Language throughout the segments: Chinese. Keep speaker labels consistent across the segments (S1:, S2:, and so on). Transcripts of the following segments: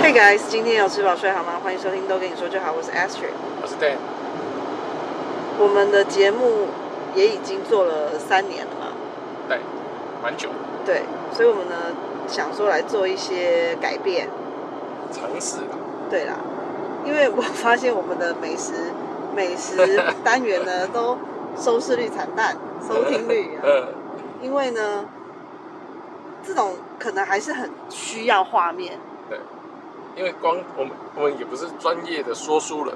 S1: Hey guys，今天有吃饱睡好吗？欢迎收听都跟你说就好，我是 Astrid。
S2: 我是 Dan，
S1: 我们的节目也已经做了三年了嘛，
S2: 对，蛮久，
S1: 对，所以我们呢想说来做一些改变，
S2: 尝试了，
S1: 对啦，因为我发现我们的美食美食单元呢都收视率惨 淡，收听率、啊，
S2: 嗯，
S1: 因为呢这种可能还是很需要画面，
S2: 对，因为光我们我们也不是专业的说书人，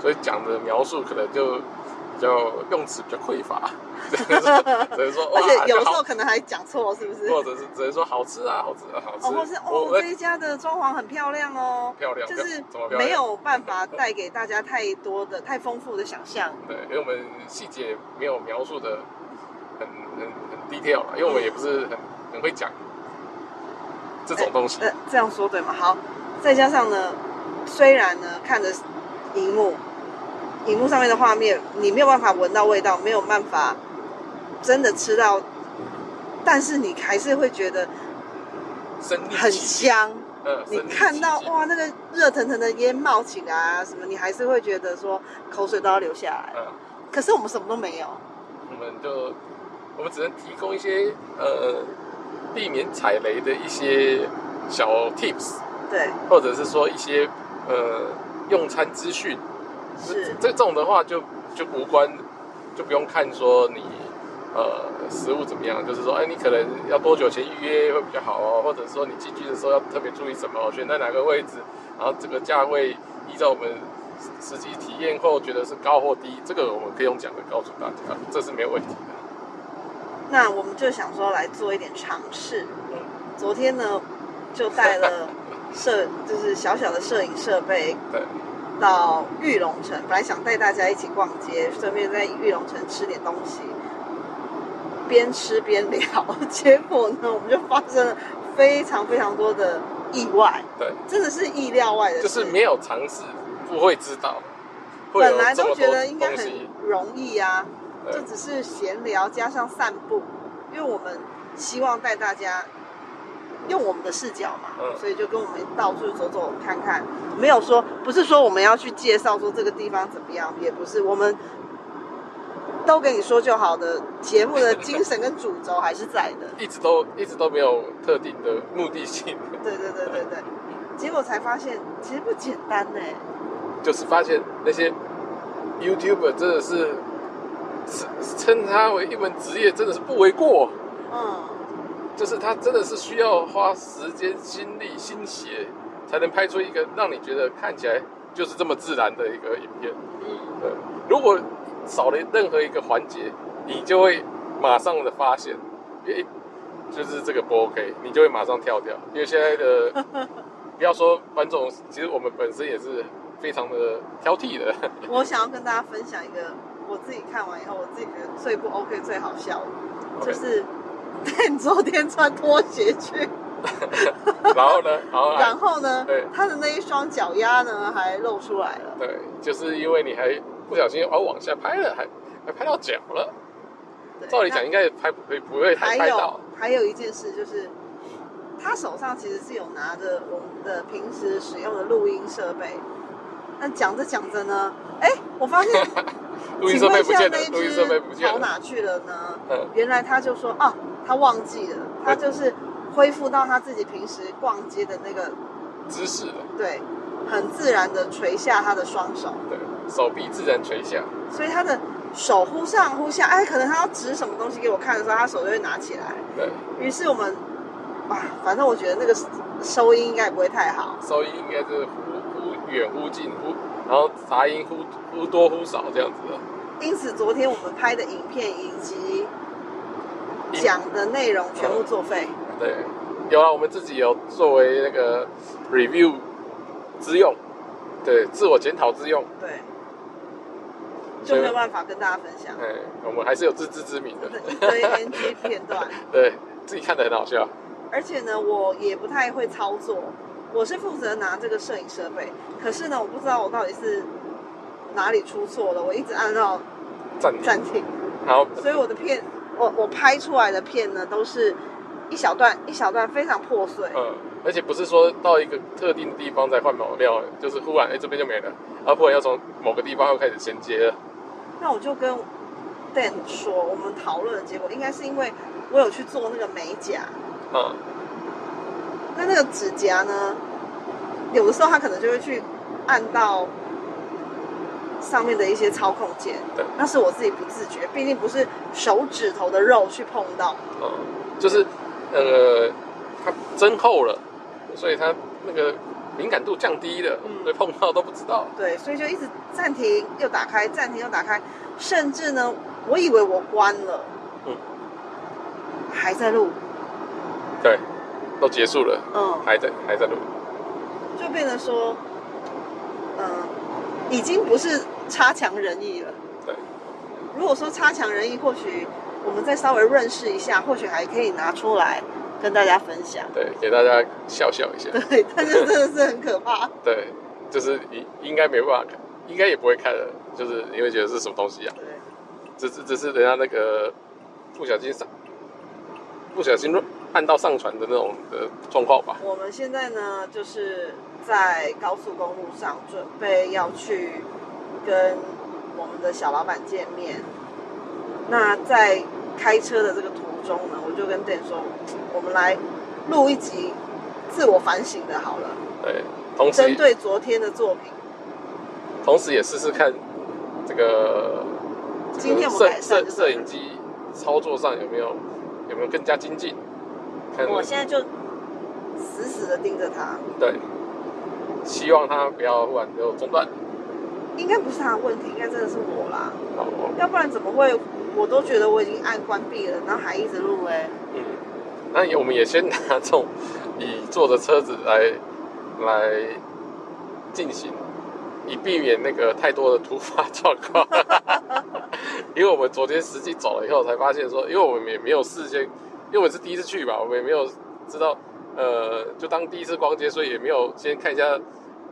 S2: 所以讲的描述可能就比较用词比较匮乏， 只能说只能说
S1: 而
S2: 哇，
S1: 且有
S2: 就
S1: 时候
S2: 好，
S1: 可能还讲错，是不是？
S2: 或者是只能说好吃啊，好吃啊，好吃，
S1: 哦，或是哦
S2: 我，
S1: 这一家的装潢很漂亮哦，
S2: 漂亮，哎
S1: 就是
S2: 怎么漂亮
S1: 没，有办法带给大家太多的、太丰富的想象。
S2: 对，因为我们细节没有描述的很很很 detail 啊，因为我们也不是很很会讲这种东西，
S1: 呃，这样说对吗？好，再加上呢，虽然呢看着荧幕，荧幕上面的画面，你没有办法闻到味道，没有办法真的吃到，但是你还是会觉得
S2: 身临
S1: 呃很
S2: 其境，
S1: 香。
S2: 嗯，
S1: 你
S2: 身临
S1: 看
S2: 其
S1: 到
S2: 境
S1: 哇，那个热腾腾的烟冒起来啊，什么，你还是会觉得说口水都要流下来。
S2: 嗯。
S1: 可是我们什么都没有。
S2: 我们就我们只能提供一些呃避免踩雷的一些小 tips，
S1: 对，
S2: 或者是说一些呃用餐资讯。
S1: 是
S2: 这这种的话就就无关，就不用看说你呃食物怎么样，就是说哎你可能要多久前预约会比较好哦，或者说你进去的时候要特别注意什么，选在哪个位置，然后这个价位依照我们。实际体验后觉得是高或低，这个我们可以用讲的告诉大家，这是没有问题的。
S1: 那我们就想说来做一点尝试。
S2: 嗯
S1: 昨天呢，就带了摄，就是小小的摄影设备
S2: 对，
S1: 到玉龙城，本来想带大家一起逛街，顺便在玉龙城吃点东西，边吃边聊。结果呢，我们就发生了非常非常多的意外，
S2: 对，
S1: 真的是意料外的事。
S2: 就是没有尝试，不会知道。会有
S1: 本来
S2: 这
S1: 都
S2: 么
S1: 觉
S2: 多
S1: 得应该
S2: 东
S1: 很
S2: 西
S1: 容易啊，
S2: 对
S1: 就只是闲聊加上散步，因为我们希望带大家用我们的视角嘛，
S2: 嗯
S1: 所以就跟我们到处走走看看，没有说不是说我们要去介绍说这个地方怎么样，也不是我们。都跟你说就好的，节目的精神跟主轴还是在 的。
S2: 一直都一直都没有特定的目的性，
S1: 对对对对对，结果才发现其实不简单呢、
S2: 就是发现那些 YouTuber 真的是称称它为一门职业，真的是不为过。
S1: 嗯，
S2: 就是他真的是需要花时间、心力、心血，才能拍出一个让你觉得看起来就是这么自然的一个影片。
S1: 嗯
S2: 对，呃如果少了任何一个环节，你就会马上的发现，诶，就是这个不 OK，你就会马上跳掉。因为现在的， 不要说观众，其实我们本身也是非常的挑剔的。
S1: 我想要跟大家分享一个我自己看完以后，我自己觉得最不 OK、最好笑的，就
S2: OK，
S1: 是你昨天穿拖鞋去，
S2: 然后呢，然后
S1: 然
S2: 还
S1: 后呢
S2: 啊对，
S1: 他的那一双脚丫呢还露出来了。
S2: 对，就是因为你还不小心哦往下拍了，还还拍到脚了。
S1: 对
S2: 照理讲，应该也拍不会不会
S1: 那还
S2: 拍
S1: 有
S2: 到。
S1: 还有一件事就是，他手上其实是有拿着我们的平时使用的录音设备。那讲着讲着呢，哎，我发现
S2: 录
S1: 请
S2: 音设
S1: 问
S2: 备
S1: 一
S2: 不
S1: 下
S2: 见了
S1: 那一，
S2: 录音设备不
S1: 只
S2: 见
S1: 跑
S2: 了。
S1: 哪去了呢？
S2: 嗯，
S1: 原来他就说啊，他忘记了，他就是恢复到他自己平时逛街的那个
S2: 姿势了，
S1: 对，很自然的垂下他的双手，
S2: 对，手臂自然垂下。
S1: 所以他的手忽上忽下，哎，可能他要指什么东西给我看的时候，他手就会拿起来。
S2: 对，
S1: 于是我们，哇，反正我觉得那个收音应该也不会太好，
S2: 收音应该是忽忽远忽近忽，然后杂音忽忽多忽少这样子的。
S1: 因此昨天我们拍的影片以及讲的内容全部作废。
S2: 对，有了我们自己有作为那个 review 之用，对，自我检讨之用。
S1: 对，就没有办法跟大家分享
S2: 哎，我们还是有自知之明的。
S1: 一堆 NG 片段。
S2: 对自己看的很好笑。
S1: 而且呢，我也不太会操作，我是负责拿这个摄影设备，可是呢，我不知道我到底是哪里出错了，我一直按到
S2: 暂停，
S1: 暂停，
S2: 然后
S1: 所以我的片，我我拍出来的片呢，都是一小段一小段非常破碎，
S2: 嗯，而且不是说到一个特定的地方才换毛料，就是忽然哎、这边就没了，啊，不然要从某个地方又开始衔接了。
S1: 那我就跟 Dan 说，我们讨论的结果应该是因为我有去做那个美甲，
S2: 嗯，
S1: 那那个指甲呢，有的时候它可能就会去按到上面的一些操控键
S2: 对，
S1: 那是我自己不自觉，毕竟不是手指头的肉去碰到，
S2: 嗯，就是呃，它增厚了，所以它那个敏感度降低了，
S1: 嗯
S2: 所以碰到都不知道。
S1: 对，所以就一直暂停又打开，暂停又打开，甚至呢，我以为我关了，
S2: 嗯，
S1: 还在录，
S2: 对，都结束了，
S1: 嗯，
S2: 还在还在录。
S1: 就变得说，嗯、已经不是差强人意了。
S2: 对，
S1: 如果说差强人意，或许我们再稍微认识一下，或许还可以拿出来跟大家分享。
S2: 对，给大家笑笑一下。
S1: 对，但是真的是很可怕。
S2: 对，就是你应该没办法看，应该也不会看了，就是你会觉得是什么东西啊？
S1: 对，
S2: 只只只是人家那个不小心上，不小心按到上传的那种的状况吧。
S1: 我们现在呢，就是在高速公路上准备要去跟我们的小老板见面。那在开车的这个途中呢，我就跟店说，我们来录一集自我反省的好了，
S2: 对，同时
S1: 针对昨天的作品，
S2: 同时也试试看这个这
S1: 今
S2: 个
S1: 天我
S2: 摄
S1: 们改善
S2: 摄
S1: 就是
S2: 摄影机操作上有没有有没有更加精进？看
S1: 我现在就死死的盯着他。
S2: 对，希望它不要忽然就中断。
S1: 应该不是他的问题，应该真的是我啦，
S2: 好，我
S1: 要不然怎么会？我都觉得我已经按关闭了，然后还一直录哎、
S2: 嗯，那也我们也先拿这种以坐着车子来来进行，以避免那个太多的突发状况。因为我们昨天实际走了以后才发现说，因为我们也没有事先，因为我们是第一次去嘛，我们也没有知道，呃，就当第一次逛街，所以也没有先看一下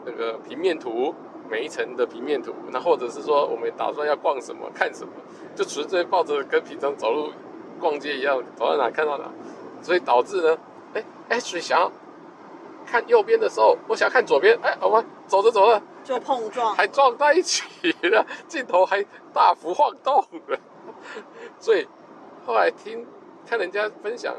S2: 那个平面图。每一层的平面图，那或者是说我们打算要逛什么、看什么，就纯粹抱着跟平常走路逛街一样，走到哪看到哪，所以导致呢，哎，Ashley 想要看右边的时候，我想看左边，哎，我们走着走着
S1: 就碰撞。
S2: 还撞在一起了， 镜头还大幅晃动了， 所以后来听看人家分享，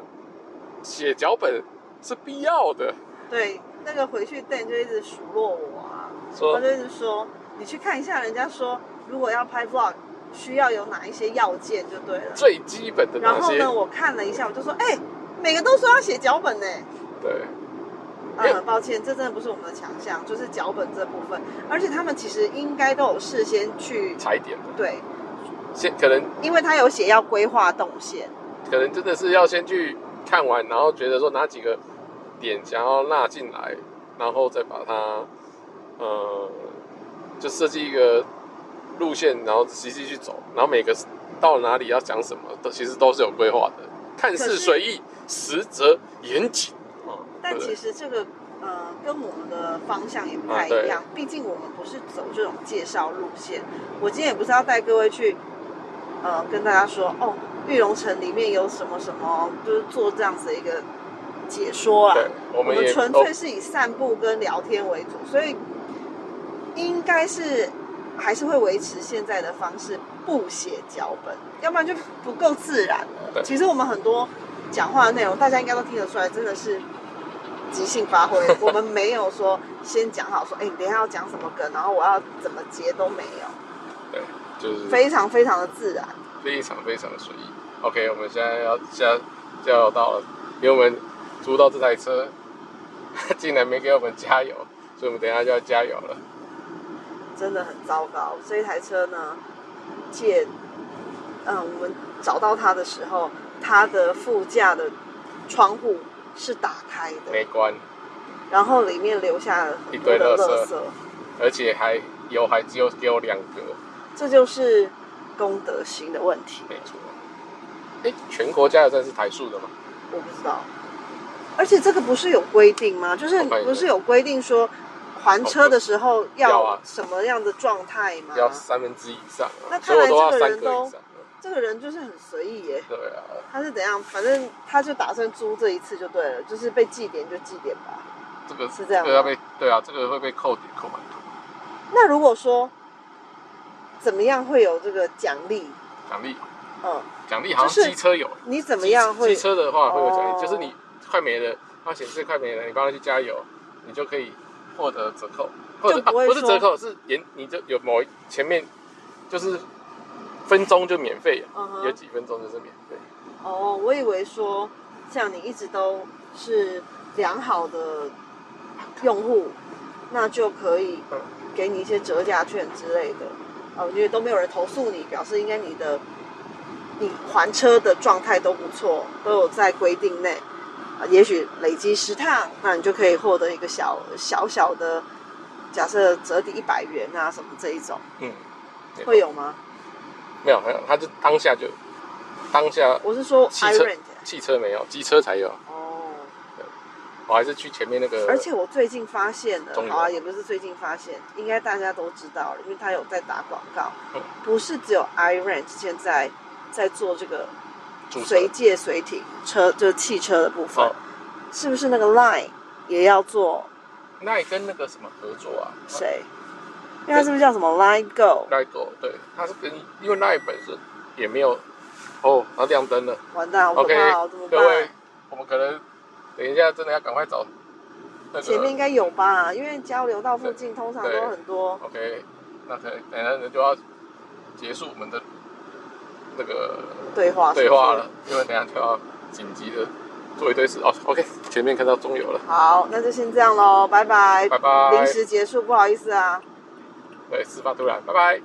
S2: 写脚本是必要的，
S1: 对，那个回去 Dan 就一直数落我啊，他
S2: 说
S1: 就一直说你去看一下，人家说如果要拍 vlog 需要有哪一些要件就对了。
S2: 最基本的
S1: 然
S2: 那
S1: 后
S2: 些
S1: 呢，，我看了一下，我就说，哎、每个都说要写脚本呢、
S2: 对
S1: 啊，很抱歉，这真的不是我们的强项，就是脚本这部分。而且他们其实应该都有事先去
S2: 踩点的，
S1: 对，
S2: 先可能
S1: 因为他有写要规划动线，
S2: 可能真的是要先去看完，然后觉得说哪几个点想要纳进来，然后再把它呃，就设计一个路线，然后实际去走，然后每个到哪里要讲什么，都其实都是有规划的。看
S1: 可
S2: 似
S1: 是
S2: 随意，实则严谨。哦对
S1: 但
S2: 不对
S1: 其实这个呃跟我们的方向也不
S2: 啊
S1: 太
S2: 对
S1: 一样，毕竟我们不是走这种介绍路线。我今天也不是要带各位去呃跟大家说哦，玉龙城里面有什么什么，就是做这样子的一个解说啦。
S2: 对，我
S1: 我
S2: 们
S1: 们
S2: 也
S1: 纯
S2: 哦
S1: 粹是以散步跟聊天为主，所以应该是还是会维持现在的方式，不写脚本，要不然就不够自然
S2: 对
S1: 了。其实我们很多讲话的内容，大家应该都听得出来，真的是即兴发挥。 我们没有说先讲好说，哎、你等一下要讲什么梗，然后我要怎么接都没有，
S2: 哦对，就是
S1: 非常非常的自然。
S2: 非常非常的随意。OK，我们现在要下就要到了，因为我们租到这台车， 竟然没给我们加油，所以我们等一下就要加油了。
S1: 真的很糟糕。这一台车呢，借，嗯，我们找到它的时候，它的副驾的窗户是打开
S2: 没
S1: 的，
S2: 关，
S1: 然后里面留下了很多
S2: 一堆
S1: 的
S2: 垃圾
S1: 垃圾，
S2: 而且还油还只有给我两格，
S1: 这就是公德心的问题。
S2: 没错。哎，全国加油站是台数的吗？
S1: 我不知道，而且这个不是有规定吗？就是
S2: 我看一下
S1: 不是有规定说还车的时候
S2: 要啊
S1: 要什么样的状态吗？
S2: 要三分之一以上啊，
S1: 那
S2: 所
S1: 看
S2: 以
S1: 来
S2: 我都
S1: 这
S2: 要
S1: 个
S2: 三
S1: 人
S2: 格
S1: 都
S2: 以上。
S1: 这个人就是很随意耶。
S2: 对啊，
S1: 他是怎样？反正他就打算租这一次就对了，就是被祭点就祭点吧。
S2: 这个
S1: 是这样吗
S2: 个要被对啊，这个会被扣点扣蛮多
S1: 那如果说怎么样会有这个奖励？
S2: 奖励，
S1: 嗯，
S2: 奖励好
S1: 就
S2: 像
S1: 是
S2: 机车有，
S1: 你怎么样会
S2: 机机车的话会有奖励，
S1: 哦
S2: 就是你快没了，它显示快没了，你帮他去加油，你就可以获得折扣，或者
S1: 就不会
S2: 啊、不是
S1: 说
S2: 折扣，是沿你就有某一前面就是分钟就免费了，
S1: 嗯
S2: 有
S1: 哼，
S2: 几分钟就是免费。
S1: 哦，我以为说像你一直都是良好的用户，那就可以
S2: 嗯
S1: 给你一些折价券之类的。哦，因为都没有人投诉你，表示应该你的你还车的状态都不错，都有在规定内。啊，也许累积十趟，那你就可以获得一个小小小的，假设折抵一百元啊什么这一种，
S2: 嗯，
S1: 会有吗？
S2: 没有没有，他就当下就当下
S1: 我是说
S2: 汽
S1: i
S2: 车
S1: rent
S2: 汽车没有，机车才有，
S1: 哦。
S2: 我还是去前面那个，
S1: 而且我最近发现
S2: 中
S1: 了，
S2: 油
S1: 好啊，也不是最近发现，应该大家都知道了，因为他有在打广告
S2: 嗯，
S1: 不是只有 iRent 现在在做这个
S2: 租车
S1: 随借随停车，就是汽车的部分，
S2: 哦
S1: 是不是那个 Line 也要做
S2: 那也跟那个什么合作啊，
S1: 谁？因为它是不是叫什么 Line Go？
S2: 赖狗，对，它是跟因为赖本身也没有哦，它亮灯了。
S1: 完蛋，好可
S2: OK，
S1: 怕哦，怎么
S2: 各位
S1: 办？，
S2: 我们可能等一下真的要赶快找那个
S1: 前面应该有吧，因为交流道附近通常
S2: 对
S1: 都很多。
S2: OK，那可能等一下人就要结束我们的那个
S1: 对话是不是
S2: 对话了，因为等一下就要紧急的做一堆事哦。OK，前面看到中油了，
S1: 好，那就先这样喽，拜拜。
S2: 拜拜。
S1: 临时结束，不好意思啊。
S2: 对，事发突然，拜拜。